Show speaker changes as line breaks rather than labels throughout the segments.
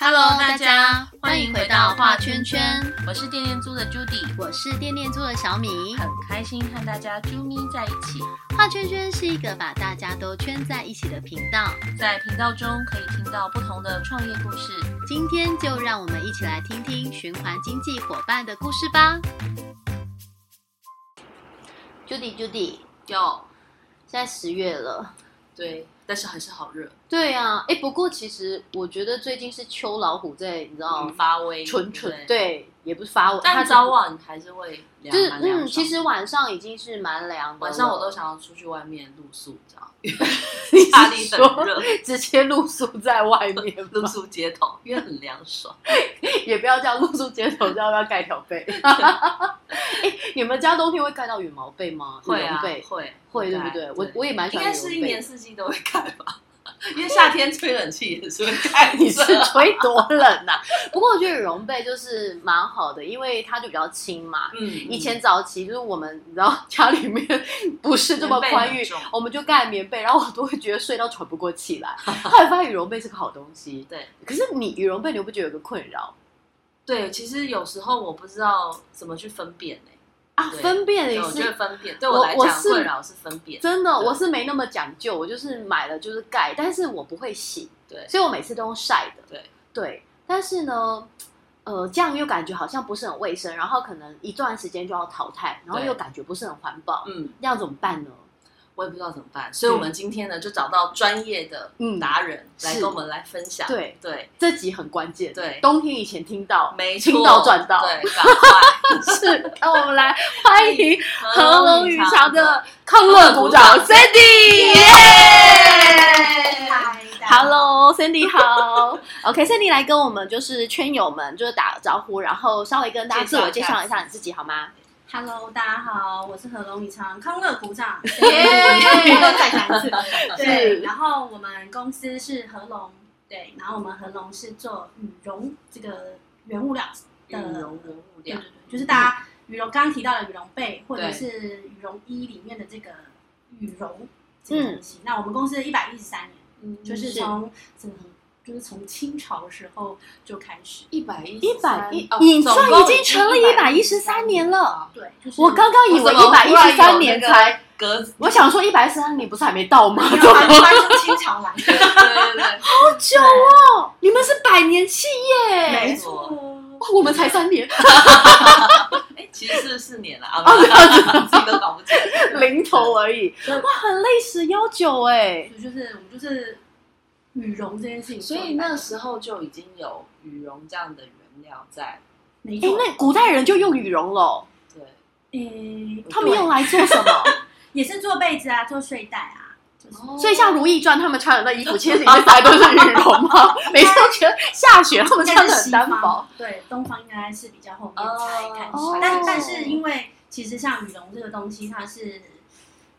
Hello，大家欢迎回到画圈圈，
我是店店租的 Judy，
我是店店做的小米。
很开心和大家啾咪在一起。
画圈圈是一个把大家都圈在一起的频道，
在频道中可以听到不同的创业故事。
今天就让我们一起来听听循环经济伙伴的故事吧。Judy，Judy，
有
现在十月了，
对，但是还是好热，
对啊，哎，不过其实我觉觉得最近是秋老虎在，你知道，
嗯发威，
蠢蠢
对，
嗯对，也不是发我，它
但
是
早晚还是会凉，
就是
蛮凉爽
嗯，其实晚上已经是蛮凉的了，
晚上 我都想要出去外面露宿，你知道吗，家里很热，
直接露宿在外面 吗，
露宿街头，因为很凉爽。
也不要叫露宿街头，知道要不要盖条 被？哎你们家冬天会盖到羽毛被吗？羽
会
绒
啊，
被
会会
会对不对？我我也蛮喜
应
欢羽
该
绒
是
被。
一年四季都会盖 吧，因为夏天吹冷气也是会盖
你 是啊吹多冷啊呐、 不过我觉得羽绒被就是蛮好的，因为它就比较轻嘛。
嗯，
以前早期就是我们，你知道家里面不是这么宽裕
棉被很重，
我们就盖棉被，然后我都会觉得睡到喘不过气 来。后来发现羽绒被是个好东西，
对。
可是你羽绒被，你又不觉得有个困扰
对，其实有时候我不知道怎么去分辨呢、
啊？
对
分辨
对，
也
我觉
是
得分辨对
我
我来
我
讲
是
困扰是分辨。
真的，
对
我是没那么讲究，我就是买了就是盖，但是我不会洗，
对
所以我每次都用晒的。
对
对，但是呢，呃，这样又感觉好像不是很卫生，然后可能一段时间就要淘汰，然后
对
又感觉不是很环保，
嗯，
那要怎么办呢？
我也不知道怎么办，所以我们今天呢就找到专业的
嗯
达人来
是
跟我们来分享。
对
对，
这集很关键，
对
冬天以前听到
没错，
听到赚到，
对，赶 快
是， 那我们来欢迎合龙鱼
长
肠的康乐股长
康乐股长
Sandy，耶！
嗨大家好
Hello，Sandy 好。OK，Sandy 来跟我们就是圈友们就是打个招呼，然后稍微跟大家自我介绍一下你自己好吗？
Hello，大家好，我是合龙米仓康乐鼓掌，
耶
又再讲 一次。
是
对，然后我们公司是合龙，对，然后我们合龙是做羽绒这个原物料的，
羽绒服物
对
料
对，对，就是大家羽绒刚刚提到的羽绒被或者
对
是羽绒衣里面的这个羽绒这个东西。那我们公司一百一十三年，
嗯
嗯就是
是
从整个就是从清朝的时候就开始，
一百一
一百一
一，，
你这已经成了一百一十三年了。
对，就是
我刚刚以为
我怎么
一百一十三年
忽然
才，
格子，
我想说一百一十三年不是还没到吗？
没有翻 翻出清朝来。
对对对，
好久哦， 你们是百年企
没
业，
错，
哇我们才三年，
哎，其实是四年了啊，自己都搞不清楚。
零头而已，
对
哇，很历史悠久哎。
就是我们就是羽绒这件事情，
所以那时候就已经有羽绒这样的原料在，
没
哎
错，，
那古代人就用羽绒喽，
对，
诶、
他们用来做什么？
也是做被子啊，做睡袋啊，就是、
哦
所以像《如懿传》他们穿的那衣服，其实里 面塞都是羽绒 嘛。每次都觉得下雪，他们
应
穿的
该是
很
西
单薄
方，。对，东方应该是比较后面才开始，
哦
但但是因为其实像羽绒这个东西，它是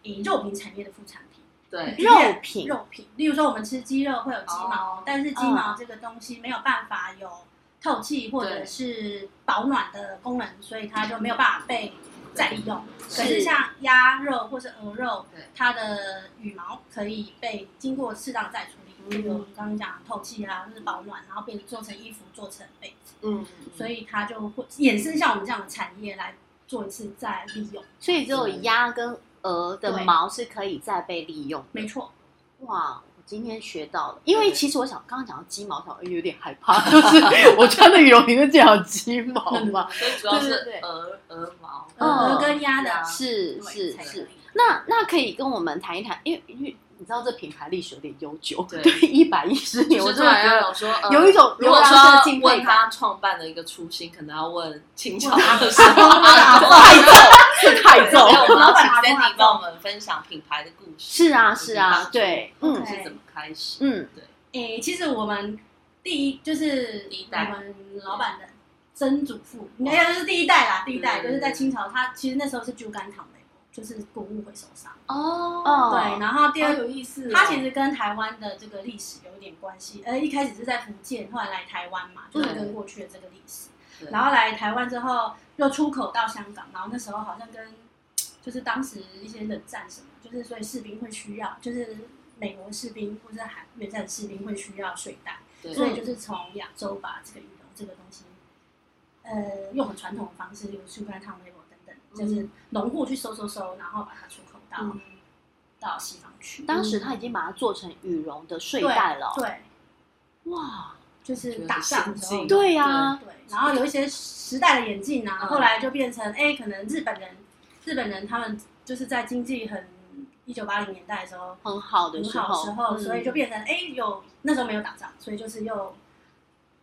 以肉品产业的副产品。
对，
肉品嗯
肉品，例如说我们吃鸡肉会有鸡毛，
哦
但是鸡毛这个东西没有办法有透气或者是保暖的功能，所以它就没有办法被再利用。
是
可是像鸭肉或是鹅肉
对，
它的羽毛可以被经过适当再处理，例如我们刚刚讲的透气啊，或是保暖，然后变做成衣服，做成被子，
嗯，
所
以
以它就会衍生像我们这样的产业来做一次再利用。
所以只有鸭跟鹅的毛是可以再被利用。
没错，
哇，我今天学到了。因为
对
其实我想刚刚讲到鸡毛，我有点害 怕，就是我穿的羽绒里面竟然有鸡 毛嘛。
所以主要是
对对对
鹅鹅毛，
嗯
鹅跟鸭的
是
对
是
才可
是
以。
那那可以跟我们谈一谈，因为因为你知道这品牌历史有点悠久，
对
对，一百一十年，我
就是
真
突
的
然
觉
要
得
有说，呃
有一种
如果
流
说
浪的敬佩
问
感。
他创办的一个初心，可能要问清朝的时候啊，
太重，是太
所
重
以。哎我们要请
老板
Sandy 帮我们分享品牌的故事。
是啊，是啊，对，嗯
OK
是怎么开始？
嗯，
诶、其实我们第一就是
第一代哦
我们老板的曾祖父，没有就是第一代啦，第一代
嗯
就是在清朝，他其实那时候是猪肝糖美国，就是谷物回收商。
哦
对，然后第二
好，有意思哦，
他其实跟台湾的这个历史有一点关系，呃，一开始是在福建，后来来台湾嘛，就是跟过去的这个历史。
对
然后来台湾之后又出口到香港，然后那时候好像跟就是当时一些冷战什么，就是所以士兵会需要，就是美国士兵或者韩越战士兵会需要睡袋，
对
所以就是从亚洲把这个羽绒这个东西，呃，用很传统的方式，用苏干烫微博等等，就是农户去收收收，然后把它出口到、
嗯
到西方去。
当时他已经把它做成羽绒的睡袋了。
对，
哇，
就是打仗的时候
嗯。
对呀、啊，
对，然后有一些时代的演进啊，
嗯
后来就变成哎、可能日本人，日本人他们就是在经济很一九八零年代的时候
很好的
很
时
好
候，
的时候，
嗯
所以就变成哎、有那时候没有打仗，所以就是又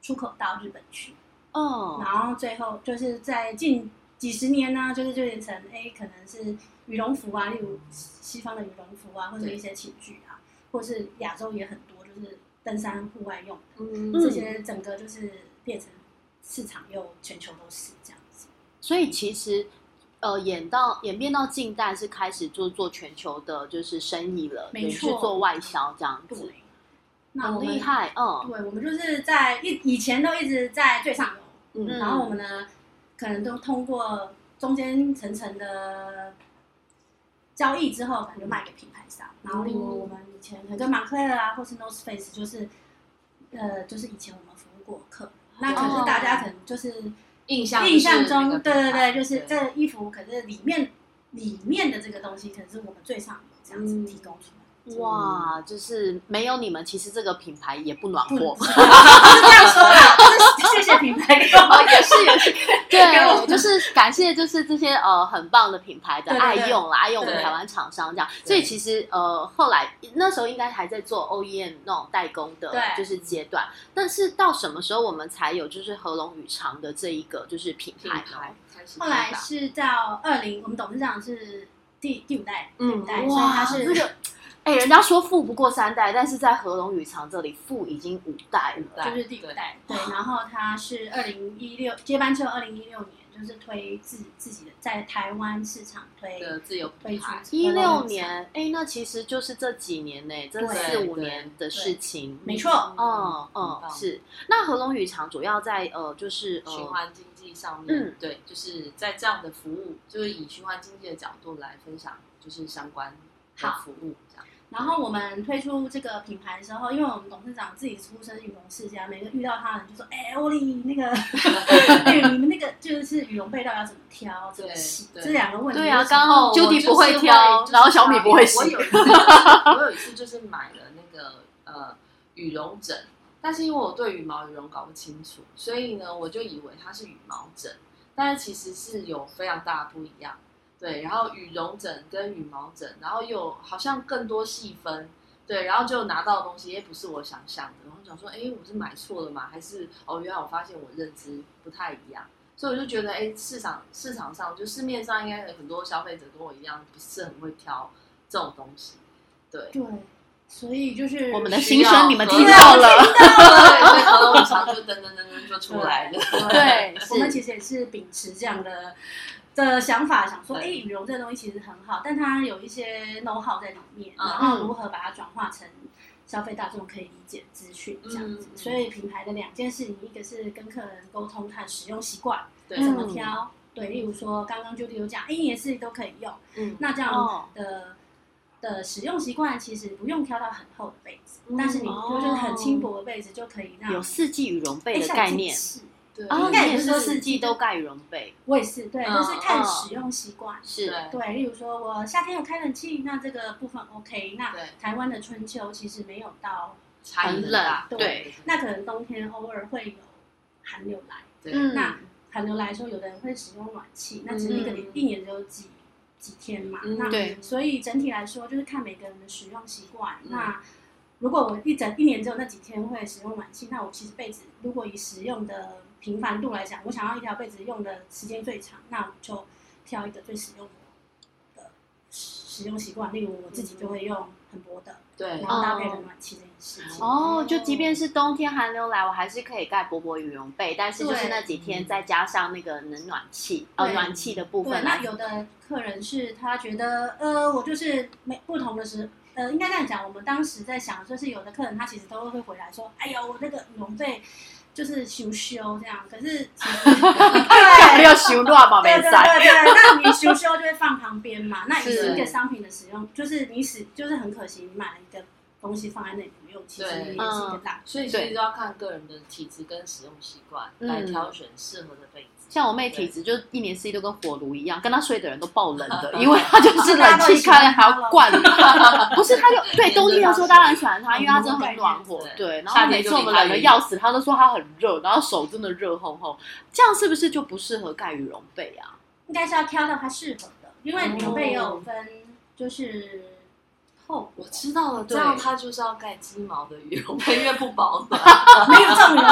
出口到日本去，
哦，
然后最后就是在近几十年呢、就是就变成哎、可能是羽绒服啊，例如西方的羽绒服啊，或者
对
一些寝具啊，或是亚洲也很多，就是登山户外用的。
嗯，
这些整个就是变成市场又全球都是这样子。
所以其实呃，演到演变到近代是开始就做全球的，就是生意了，
没
也是
错
做外销这样子，
对，那我
很
们
厉。害，嗯
对，我们就是在一以前都一直在最上游，
嗯
然后我们呢，可能都通过中间层层的交易之后，可能就卖给品牌商。然后，例
哦
如我们以前可能跟马克莱啊，或是 North Face，就是呃，就是以前我们服务过客人。那可
哦
是大家可能就是
印象
印象中，
就是那个
对
品
对
牌
对，就是
对
这个衣服，可是里面里面的这个东西，可能是我们最上游这样子
嗯
提供出来。
哇，就是没有你们，其实这个品牌也不
啊
暖和。
不 不是这样说啦，就是谢谢品牌给
哦
我 们，也是也是，给
对，
我
就是感谢，就是这些呃很棒的品牌的
对对
爱
对
用啦，爱用我们
对
台湾厂商这样。
对
所以其实呃后来那时候应该还在做 OEM 那种代工的，
对
就是阶段。但是到什么时候我们才有就是合龙与长的这一个就是品
品
牌？
牌开始
后
知
来
道
是到二零，我们董事长是第第五代，第
嗯
五代，所以他是
这个。 哎、人家说富不过三代，但是在合龙与长这里，富已经五代了。
就是第五
对
代，对，然后他是二零一六接班之后，二零一六年就是推自自己的在台湾市场推
的自由
推
品
出
牌，
一六年，哎、那其实就是这几年呢、这
对
四五
对
年的事情。
没错，
哦哦
很，棒
是。那合龙与长主要在呃，就是
循
呃，
环经济上面，
嗯
对，就是在这样的服务，就是以循环经济的角度来分享，就是相关的
好
服务这样。
然后我们推出这个品牌的时候，因为我们董事长自己出身羽绒世家，每个遇到他人就说：“哎、欧丽，那个，哎、你们那个就是羽绒被料要怎么挑，怎么洗？”
对对
这两个问题。
对啊
就是
刚
哦，
Judy
我就是
不会
会
挑
就是
然后小米不会洗
我有一次就是，我有一次就是买了那个呃羽绒枕，但是因为我对羽毛羽绒搞不清楚，所以呢，我就以为它是羽毛枕，但是其实是有非常大的不一样。对，然后羽绒枕跟羽毛枕，然后又好像更多细分。对，然后就拿到的东西也不是我想象的，然后想说，哎，我是买错了吗？还是哦，原来我发现我认知不太一样。所以我就觉得，哎、市场市场上就市面上应该有很多消费者跟我一样，不是很会挑这种东 西。对，
对，所以就是
我们的
需
心
要
声你们
合
听
对
作
到
啊，
了。
对，所以合龙厂就噔噔噔噔就出来了。
对，
我
是。
们其实也是秉持这样的的想法，想说，哎、
对
羽绒这个东西其实很好，但它有一些 know how 在里面，
嗯
然后如何把它转化成消费大众可以理解的资讯这样子。
嗯嗯
所以品牌的两件事情，一个是跟客人沟通看使用习惯
嗯
对，
怎么挑，对，例如说刚刚 Judy 有讲，哎、你也是都可以用，
嗯，
那这样
哦
的、的使用习惯其实不用挑到很厚的被子，
嗯
但是你
哦
就是很轻薄的被子就可以让
有四季羽绒被
哎
的
像
概
这
念。
次
对，
哦，
应
你
该
也
也
是
是
说
说
四
四
季
季
都
都
盖羽绒被？
我也是，对，
嗯
就是看
嗯
使用习惯。
是。
对
对，例如说我夏天有开冷气，那这个部分 OK。那
对
台湾的春秋其实没有到，
差异
很
很
冷
大。
对那可能冬天偶尔会有寒流来。
对，
嗯，
那寒流来说，有的人会使用暖气，那只是一个
嗯
一年只有几几天嘛。
嗯
那
对
所以整体来说，就是看每个人的使用习惯。
嗯
那如果我一整一年只有那几天会使用暖气，那我其实被子如果以使用的频繁度来讲，我想要一条被子用的时间最长，那我就挑一个最使用的呃使用习惯。例如我自己就会用很薄的，
对哦
然后搭配着暖气这件事情。嗯
哦，就即便是冬天寒流来，我还是可以盖薄薄羽绒被，但是就是
对
那几天再加上那个冷暖气，呃，
对
暖气的部
对，
分
那
来。
有的客人是他觉得，呃，我就是每不同的时，呃，应该这样讲，我们当时在想，就是有的客人他其实都会回来说，哎呦，我那个羽绒被就是修修这样，可是其实
没
对。
有修乱嘛，没
对对对
在。
对，那你修修就会放旁边嘛。那你
是
是一个商品的使用，就是你使就是很可惜，你买了一个东西放在内不用，其实
对
也是一个浪费。
所以其实都要看个人的体质跟使用习惯
嗯
来挑选适合的被子。
像我妹体质，就一年四季都跟火炉一样，跟她睡的人都爆冷的，因为她就是冷气开了还要灌。不是，她就对冬天的时候当然喜欢她，因为她真的很暖和。对，然后每次我们冷的要死，她都说她很热，然后手真的热烘烘。这样是不是就不适合盖羽绒被啊？
应该是要挑到它适合的，因为棉被也有分，就是厚
我知道了，这
对
样它就是要盖鸡毛的羽绒被，因为不保 暖。
哦
没有这种棉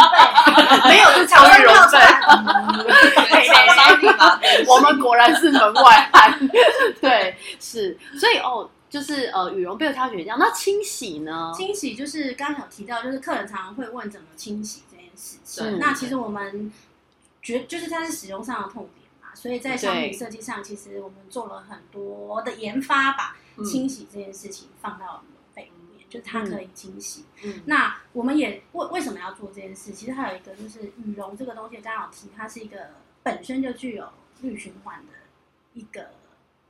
被，
没有，就
早 上
羽绒
跳出来了。
我们果然是门外汉。 对，是，所以哦，就是呃，羽绒被挑选这样，那清洗呢？
清洗就是刚刚有提到，就是客人常常会问怎么清洗这件事
对
情。那其实我们觉就是它是使用上的痛点嘛，所以在商品设计上，其实我们做了很多的研发，把
嗯
清洗这件事情放到棉被里面，就是它可以清洗。
嗯
那我们也为为什么要做这件事？其实还有一个就是羽绒这个东西，刚好提它是一个本身就具有绿循环的一个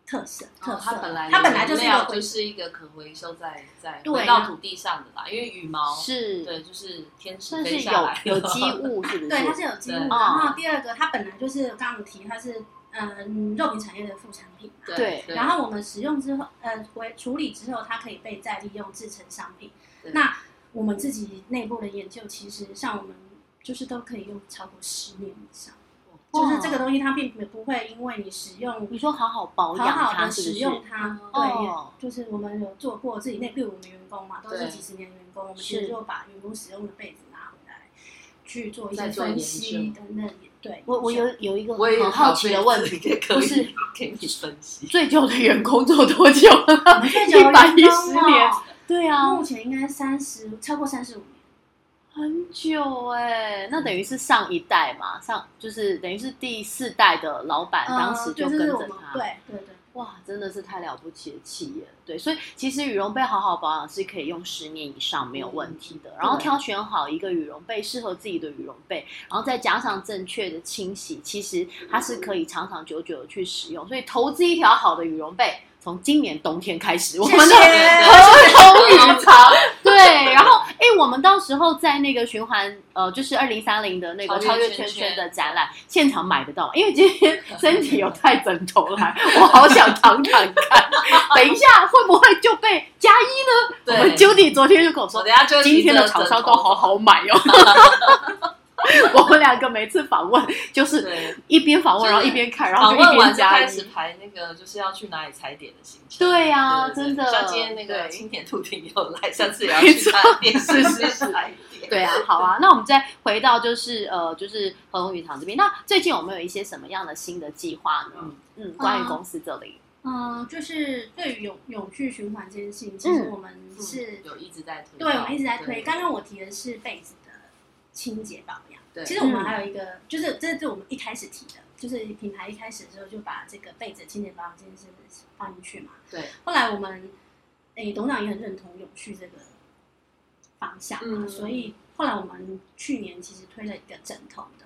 特色，特
哦
色。
它本来
它本来就是一
原料
个
就
回
是一个可回收在在
对
回到土地上的啦，因为羽毛
是，
对就是天使
算
飞
是
下
有
来
有
的
机物，是不是？
对，它是有机物的。
对哦
然后第二个，它本来就是刚刚有提，它是嗯肉品产业的副产品嘛。
对
对，
然后我们使用之后，呃，回处理之后，它可以被再利用制成商品
对。
那我们自己内部的研究，其实像我们就是都可以用超过十年以上，
哇
就是这个东西它并不会因为你使用
你说好好保养
好好
它，
的
是
使
不
用
是？
它，对，
哦，
就是我们有做过自己内部我们员工嘛，都
对
是几十年员工，我们其
是
实就把员工使用的被子拿回来去做一
再
些
做研
分
究
析等等，对，
我我有
研究
有一个
我也有
很好奇的问题，
题，可
不
以
是
给你分析。
最久的员工做多久？
我们最久的员工
110年
哦，
对啊，
目前应该三十超过三十五年，
很久哎，那等于是上一代嘛，上就是等于是第四代的老板，哎当时
呃对
跟
这是我
着
们
他，
对对对。
哇，真的是太了不起的企业。对，所以其实羽绒被好好保养是可以用十年以上没有问题的。然后挑选好一个羽绒被，适合自己的羽绒被，然后再加上正确的清洗，其实它是可以长长久久的去使用。所以投资一条好的羽绒被，从今年冬天开始，我
谢
们的
谢
哦
合同与长。对，然后哎、我们到时候在那个循环，呃，就是二零三零的那个超
超越
越圈
圈
圈
圈
的展览，现场买得到吗，因为今天身体有带枕头来，我好想躺躺看。等一下会不会就被加一呢？
对
我们 Judy 昨天就跟我
我
说，
等一下就会
今天的
提着
潮
枕
商
头
都好好 买 哦。我们两个每次访问就是
对，
一边访问，
就是
然后一边看，然后
访
就一
问
边
完就
加
开
一
始。排那个就是要去哪里踩点的行程。
对呀、
啊，
真的。
像今天那个
对
青田兔婷有来，下次也要去踩 点，
是是是
是踩点。
对啊，好啊，那我们再回到就是呃，就是合同鱼场这边。那最近有没有一些什么样的新的计划呢？嗯
嗯
关于公司这里，
嗯，就是对于永永续循环这件事情，其实
嗯
我们是、
有一直在推
对
到，
我们一直在推。
对
刚刚我提的是被子的清洁保养。
对
其实我们
嗯
还有一个，就是这是我们一开始提的，就是品牌一开始的时候就把这个被子清洁保养这件事放进去嘛。
对，
后来我们诶，董事长也很认同永续这个方向嘛，
嗯
所以后来我们去年其实推了一个枕头的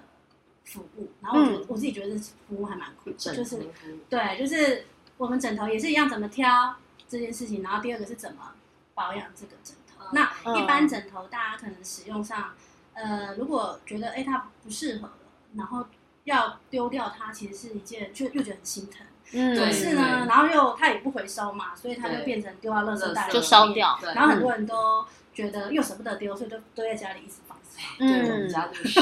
服务，然后我觉得、
嗯
我自己觉得这服务还蛮酷的，
整
就是
平铺
对，就是我们枕头也是一样，怎么挑这件事情，然后第二个是怎么保养这个枕头。
嗯
那
嗯
一般枕头大家可能使用上，呃，如果觉得哎它不适合了，然后要丢掉它，其实是一件就又觉得很心疼。
嗯
对
可是呢，
对
然后又它也不回收嘛，所以它就
对
变成丢到垃圾袋里
就
面
烧。掉，
对
啊然后很多人都觉得又舍不得丢，所以就都在家里一直放着。
对，我们
嗯，
家 就是。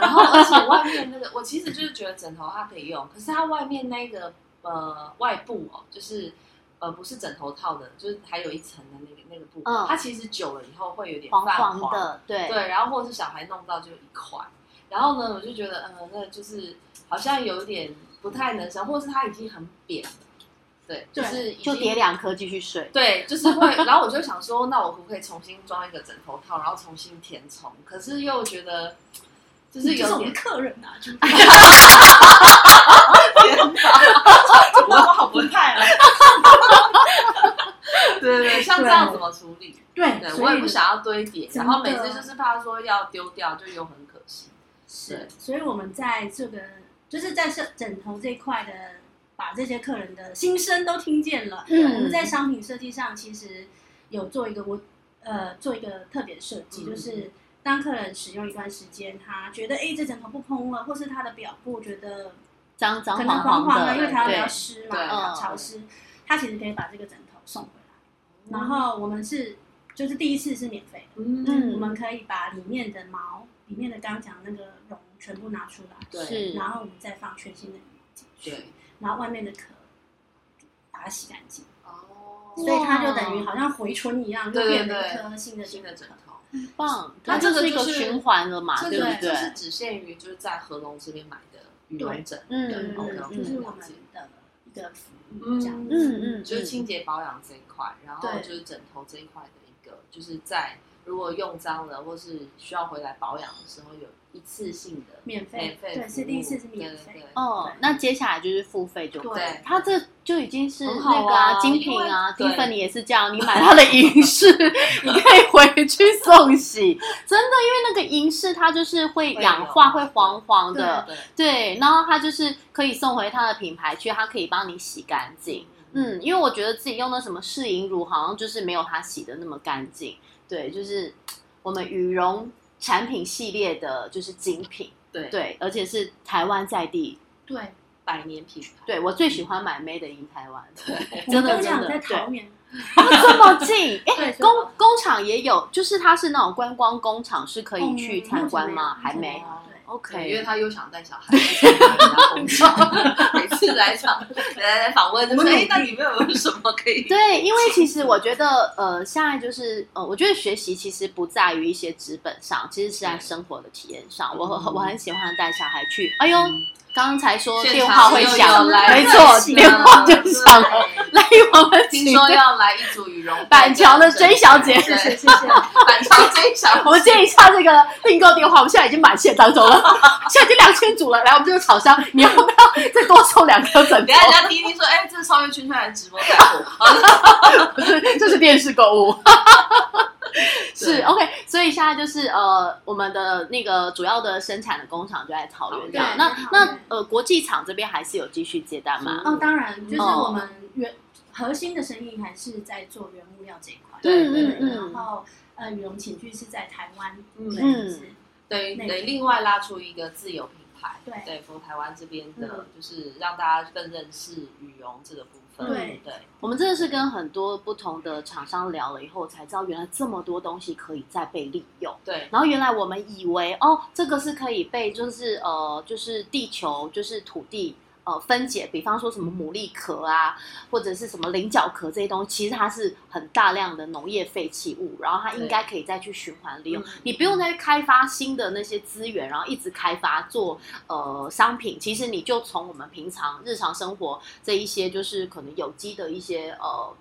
然后而且外面那个，我其实就是觉得枕头它可以用，可是它外面那个呃外布哦，就是呃不是枕头套的，就是还有一层的那个那个布，
嗯
它其实久了以后会有点
黄
泛黄
黄的，对，
对，然后或者是小孩弄到就一块，然后呢我就觉得呃那就是好像有点不太能生，或是它已经很扁了，对，
对
是已
就
经
叠两颗继续睡，
对，就是会，然后我就想说，那我可不可以重新装一个枕头套，然后重新填充？可是又觉得，就是
这是
有
我们
点，
客人啊， 就是
我好不太啊。 对对对，像这样怎么处理？
对
对，
所
我
以
也不想要堆叠，
真
然
的
后每次就是怕说要丢掉，就又很可惜。
是
对，
所以我们在这个就是在这枕头这一块的，把这些客人的心声都听见了。
嗯
我们在商品设计上其实有做一个我呃做一个特别的设计，
嗯
就是当客人使用一段时间，他觉得哎、诶这枕头不蓬了，或是他的表布觉得
脏脏
可能
黄
黄黄
的，
因为台湾比
对
较湿嘛，
对
比较
嗯
潮湿，他其实可以把这个枕头送回来。
嗯
然后我们是就是第一次是免费的。
嗯，
嗯
我们可以把里面的毛、里面的刚刚讲那个绒全部拿出来，
对
是
然后我们再放全新的羽毛进去，
对，
然后外面的壳把它洗干净，
哦
所以它就等于好像回春一样，
对
又
对
变了一
对
颗新的
新的枕头，
很棒，
那
它
这
就
个
是一
就
个
是
循环了嘛，
这
对不
个
对？
就是只限于就是在合隆这边买的羽绒枕，
嗯
对对
嗯
对，
嗯
这是我
了
们
解
的一个服务这样
嗯
嗯
子。
嗯，
就是
嗯
清洁保养这一块，然后
对
就是枕头这一块的一个，就是在如果用脏了或是需要回来保养的时候，有一次性的
免费
免费
对
服
是第一
务
次是免费
对对对
哦
对，
那接下来就是付费就可以
对
它这就已经是
很
那
好
个
啊
精品啊，
因为
蒂
对
芬尼也是这样，你买它的银 饰，你可以回去送洗，真的，因为那个银饰它就是会
会
氧
有
化，会黄黄的，
对
对，然后它就是可以送回它的品牌去，它可以帮你洗干净。，嗯，因为我觉得自己用的什么适银乳，好像就是没有它洗的那么干净。对，就是我们羽绒产品系列的，就是精品，
对对，
对，而且是台湾在地
对，
百年品牌，
对我最喜欢买 Made in 台湾，
我
真
们
的
工
真
厂
的
在桃
对，
园，
啊这么近，哎、
对
工工厂也有，就是它是那种观光工厂，是可
可
以去参观
嗯
吗？还没
有
对。
对，因为
，OK，
他又想带小孩，又 想带人家工厂每次来场来来访问，就
我
说
们
哎，那你们有没有什么可以？
对，因为其实我觉得，呃，现在就是，呃，我觉得学习其实不在于一些纸本上，其实是在生活的体验上。
嗯
我我很喜欢带小孩去，哎呦，刚才说
现
电
场
话会
又有
响，
来
没
客
错，
席
电
了
话就响了。
对
来，我们请
啊听 说要来一组羽绒被
板桥的 J 小姐
谢谢
对
谢谢。
板桥 J 小姐，
我们接一下这个订购电话，我们现在已经满线当中了， 现在已经两千组了。来，我们这个厂商，你要不要再多送两颗枕
等
头
一？下人家听一听说，哎，这超越圈圈来直播哦带货，
这是电视购物。是
对
OK，所以现在就是呃，我们的那个主要的生产的工厂就在桃园这样。
对
那
在桃
那
园
呃，国际厂这边还是有继续接单吗？
嗯
哦，当然，就是
哦
我们原、核心的生意还是在做原物料这一块。
对
嗯嗯嗯
然后呃，羽绒寝具是在台湾，
嗯
对
嗯
是
等 于
那
等
个
于另外拉出一个自有品牌，
对
对，从台湾这边的
嗯，
就是让大家更认识羽绒这个部分，
对
对，
我们真的是跟很多不同的厂商聊了以后，才知道原来这么多东西可以再被利用。
对，
然后原来我们以为哦，这个是可以被就是呃就是地球就是土地呃分解，比方说什么牡蛎壳啊，或者是什么菱角壳这些东西，其实它是很大量的农业废弃物，然后它应该可以再去循环利用
嗯。
你不用再去开发新的那些资源，然后一直开发做呃商品，其实你就从我们平常日常生活这一些就是可能有机的一些呃。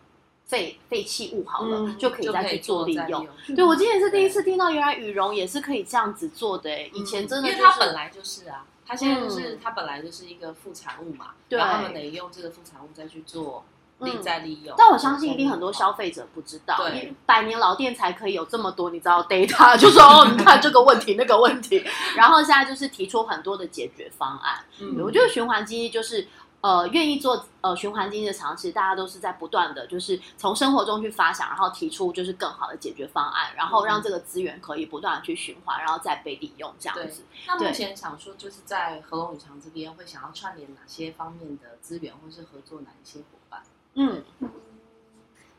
废废弃物好了，
嗯
就可以再去做利用。，
嗯
对，我今天也是第一次听到，原来羽绒也是可以这样子做的欸、以前真
嗯
的
因
就
为
是
它本来就是啊，它现在就是
嗯
它本来就是一个副产物嘛，
对
然后他们等于用这个副产物再去做利
嗯
再利用，
但我相信一定很多消费者不知道，
对
因为百年老店才可以有这么多，你知道 data 就说哦，你看这个问题那个问题，然后现在就是提出很多的解决方案。
嗯
我觉得循环经济就是。呃，愿意做呃循环经济的尝试，大家都是在不断的，就是从生活中去发想，然后提出就是更好的解决方案，然后让
嗯
这个资源可以不断的去循环，然后再被利用这样
对
子。
那
对
目前想说，就是在合龙宇长这边会想要串联哪些方面的资源，或是合作哪一些伙伴？
嗯，
嗯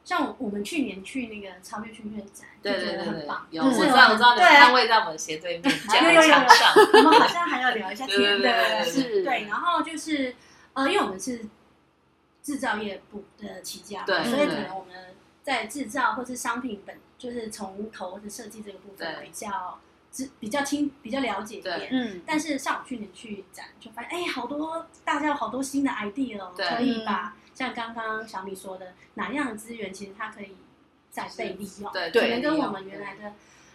像我我们去年去那个超越圈圈展，就觉得很棒。
有
嗯
我知道，我知道你们
对啊
摊位在我们斜对 面，这
有有
样
啊
有
墙上，
我们好像还要聊一下天
对对对
的，
对
是
对。然后就是呃，因为我们是制造业部的起家嘛，
对
所以可
对
能我们在制造或是商品本，就是从头的设计这个部分
对
比较知比较清比较了解一
对
点。
嗯，
但是像我去年去展，就发现哎、好多大家有好多新的 idea 哦，
对
可以把像刚刚小米说的哪样的资源，其实它可以再被利用，
对
对啊
可能跟我们
利用
原来的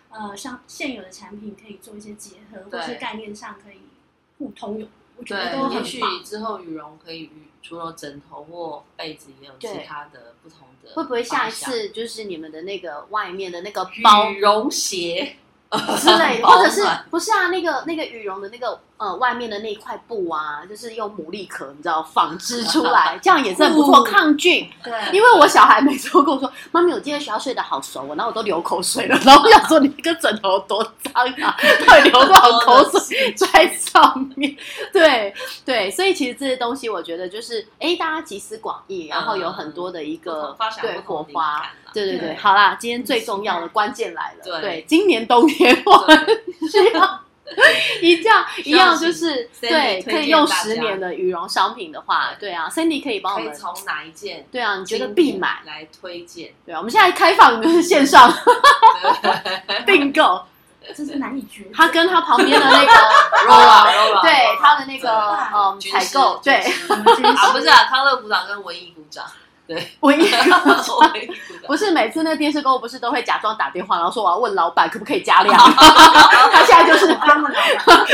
呃像现有的产品可以做一些结合，
对
或是概念上可以互通有，我觉得都
对，
很
也许
棒。
之后羽绒可以与除了枕头或被子，也有
对
其他的不同的。
会不会下一？次就是你们的那个外面的那个包
羽绒鞋
之类的，
保
或
暖
者是不是啊？那个那个羽绒的那个呃外面的那一块布啊，就是用牡蛎壳，你知道纺织出 来，这样也是很不错，
酷
抗菌。
对，
因为我小孩每次都跟我说：“妈咪，我今天学校睡得好熟哦。”然后我都流口水了。然后我想说，你那个枕头多 脏啊，到底流多少口水在上面？对对，所以其实这些东西，我觉得就是哎，大家集思广益，然后有很多的一
嗯不
个
同发想
对
不同
火
灵
花
感啦。
对对对，
对
好啦，今天最重要的关键来了。
对
对，今年冬天我
对
一样一
需要
样，
请
就是对
Sandy 推
可
荐
以用
大
十
家
年的羽绒商品的话，对啊，Cindy 可以帮我
可以
们。
从哪一件
对啊，你觉得
经
必
典
买？
来推荐？
对啊，我们现在开放就是 线上订购。
这是难以决定。
他跟他旁边的那个
roll 啊 roll 啊，
对他的那个
对
嗯
军
采
事
购，
军
对
事
我们真
啊，
是
不是啊，康乐鼓掌跟文艺鼓掌，
我一
文艺鼓掌
不是每次那电视购物不是都会假装打电话，然后说我要问老板可不可 以加量，他现在就是
刚问老板，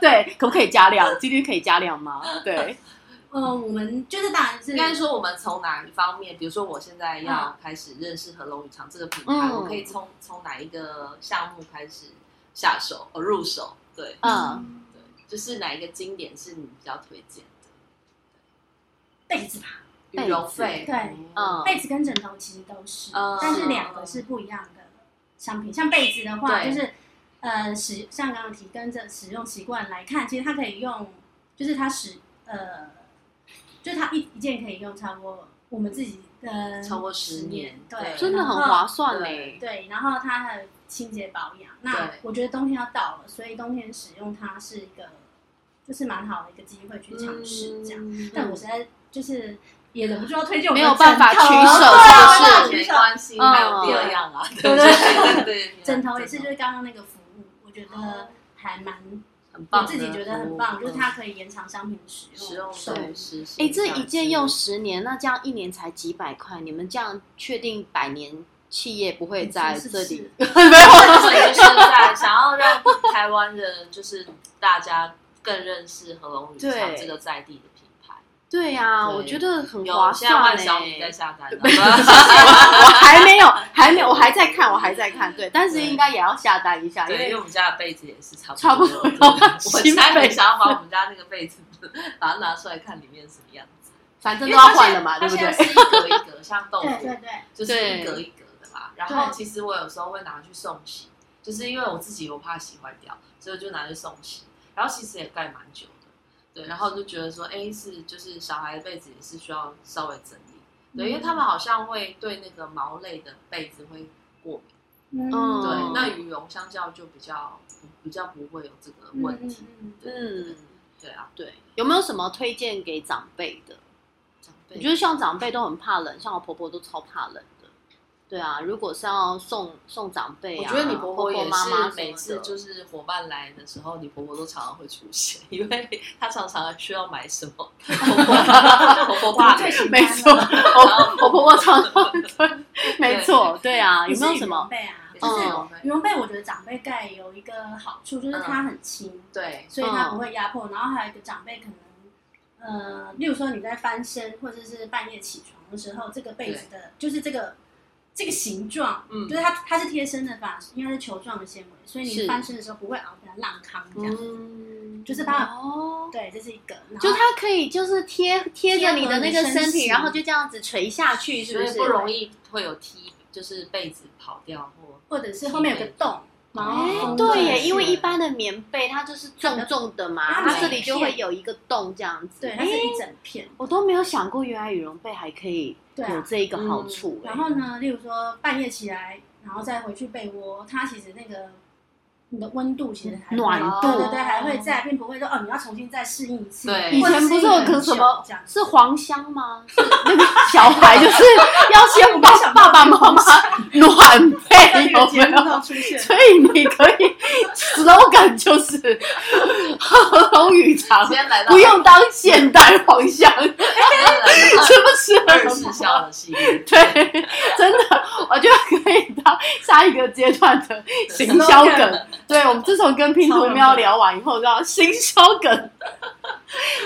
对可不可以加量，今天可以加量吗？对，
嗯，我们就是当然是
应该说我们从哪一方面，比如说我现在
嗯
要开始认识合龙鱼肠这个品牌，
嗯
我可以从从哪一个项目开始下手呃入手？对
嗯，
对，就是哪一个经典是你比较推荐
被子吧，
的？羽绒被，
对
哦
嗯
被子跟枕头其实都是，
嗯
但是两个是不一样的商品。像被子的话，
对
就是呃使像刚刚提跟着使用习惯来看，其实它可以用，就是它使呃，就是它一一件可以用超过我们自己呃
超过十年
对，
对
真的很
然后
划算嘞
对。
对，然后它还有清洁保养。那
对
我觉得冬天要到了，所以冬天使用它是一个，就是蛮好的嗯一个机会去尝试这样。
样
但我实在就是也忍不住要推荐我
嗯没
们
有
的
办法
枕头
取舍是不是
对啊没办法取
没
舍
关系，
嗯
还有第二样
嗯
啊，对对对对，
枕头也是，就是
是
刚刚那个服务，我觉得还蛮，
很哦棒
我
的服务，
自己觉得很棒，就是它
嗯
可以延长商品的使用。
使用寿
对
司，
哎，这一 件用
是
十年，那这样一年才几百块，你们这样确定百年企业不会在
是
这
是
里？
就是在想要让台湾人就是大家更认识合龙鱼
对
肠这个在地的品牌。
对呀，
对
我觉得很划
有现在
算欸
万小米在
嘞。
下单了，
我还没有，还没有，我还在看，我还在看， 对，但是应该也要下单一下，因
对，因为
为
我们家的被子也是差
差不
不
多
多的。 我现在很想要把我们家那个被子 把它拿出来看里面什么样子，
反正
因
都
为
要
它
换
现
了嘛，
它
对不
现
对
在？是一格一格，像豆
对对
腐，
对，
就是
对
一格一格的啦。然后
对
其实我有时候会拿去送洗，就是因为我自己我怕洗坏掉，所以我就拿去送洗。然后其实也盖蛮久的，对。然后就觉得说，哎，是就是小孩的被子也是需要稍微整理，
嗯
对，因为他
嗯
们好像会对那个毛类的被子会过敏，
嗯
对。
哦
那羽绒相较就比较比较不会有这个问题，
嗯
对
嗯，
对啊。
对，有没有什么推荐给长辈的？
长辈
我觉得像长辈都很怕冷，像我婆婆都超怕冷的。对啊，如果是要送送长辈
我
啊，
觉得你婆婆也
婆妈妈
是每次就是是伙伴来的时候，你婆婆都常常会出现， 因为她常常需要买什么， 婆婆婆婆怕
最
冷，
喜欢
没错，
的
然后
我婆婆常常对，没错，对啊，有没有
是
什
羽
么
绒？被啊？
就
就是是
嗯
羽绒被，我觉得长辈盖有一个好处就是它很轻，
嗯对
所以它
嗯
不会压迫。然后还有一个长辈可能。呃，例如说你在翻身或者是半夜起床的时候，这个被子的，就是这个这个形状，
嗯
就是它它是贴身的吧，应该是球状的纤维，所以
是
你翻身的时候不会熬成浪康这样。
嗯，
就是把
哦，
对，这是一个。然后
就它可以就是贴贴着你的那个
贴合你身
身体，
形
然后就这样子垂下去，
所
是不
以
是？
不容易会有踢，就是被子跑掉或
或者是后面有个洞，然
哎，
后
对
对
耶，
是
因为一般的棉被它就是重重的嘛，
哦它
它
的
这里就会有一个洞这样子。
对，它
哎
是，一整片。
我都没有想过，原来羽绒被还可以
对啊
有这一个好处哎。
然后呢，例如说半夜起来，然后再回去被窝，它其实那个你的温度其实还会
暖
度
对对对，还会在，并不会说哦，你要重新再适应一次。
对
以
哎或者
前不是
适应
有
很久
个什么
这样
是黄香吗？是那个小孩就是要先帮爸爸妈妈暖
在
被，
这个
有
节
没
目上
有？
出现。
所以你可以 slogan 就是合龙语长，
啊
今天来到
不用当现代黄香，是
今天来到
不是
二十四孝的系列，
对，真的，我觉得可以当下一个阶段的行 销梗。对，我们自从跟拼图喵聊完以后，知道行销梗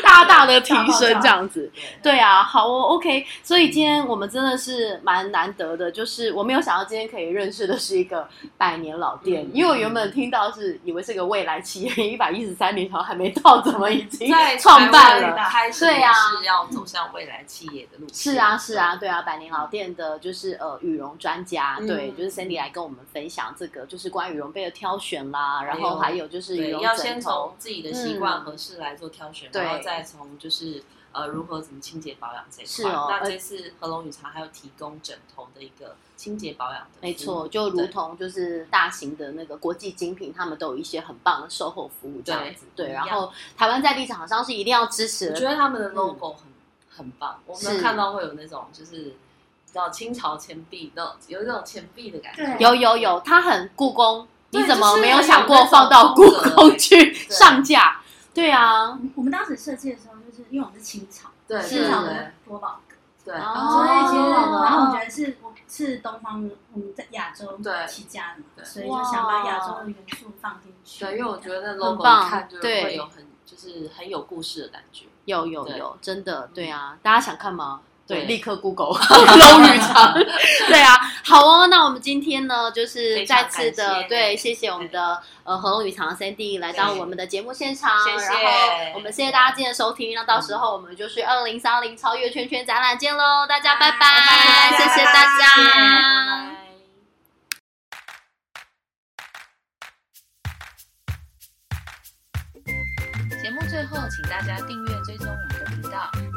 大大的提升这样子。
对
对啊，好哦，OK。所以今天我们真的是蛮难得的，就是我没有想到今天可以认识的是一个百年老店，
嗯
因为我原本听到是以为是个未来企业，一百一十三年，然后还没到，怎么已经
在
创办了？
开始
对
也
啊
是要走向未来企业的路线。
是啊，是啊，对啊，百年老店的就是呃羽绒专家，
嗯
对，就是 Sandy 来跟我们分享这个，就是关于羽绒被的挑选啦，然
还
后
有
还有就是羽
哎对，
绒
要
枕
先
头
从，自己的习惯
嗯
合适来做挑选，
对
然后再从就是呃如何怎么清洁保养这一块。
是哦
那
而
这次合龙雨茶还有提供枕头的一个清洁保养的，
没错，，就如同就是大型的那个国际精品，他们都有一些很棒的售后服务这样子，
对
对。
一
然
样
后台湾在地厂商是一定要支持
我觉
的，嗯
得他们的 logo 很、很棒，我
是
们看到会有那种就是你知道清朝钱币，那有那种钱币的感觉，
对
有有有，它很故宫，
对
你怎么没有
就是
想
有
过
那种
放到故
风格
宫去
对
上架？对啊，
嗯我们当时设计的时候，就是因为我们是清朝，
对
是啊
清
对
朝
对
的国宝格，
对，
哦
所以其实
哦
然后我觉得是我是东方，我们在亚洲
对
起家的嘛，
对
所以就想把亚洲的元素放进去。
对，因为我觉得那
很
logo
棒
一看就
对
会有很就是很有故事的感觉。
有有
对嗯
有，真的，对啊，大家想看吗？对，
对
立刻 Google 龙鱼肠，对啊，好哦，那我们今天呢，就是
非常
再次的
感谢
对，谢谢我们的呃和龙鱼肠 Sandy 来到
对
我们的节目现场，
谢嗯谢
然后我们谢谢大家今天的收听，那到时候我们就去二零三零超越圈圈展览见喽，大家拜
拜
拜，
拜
谢谢
拜拜
大家。
拜拜节目最后，请大家订阅追踪我们的频道。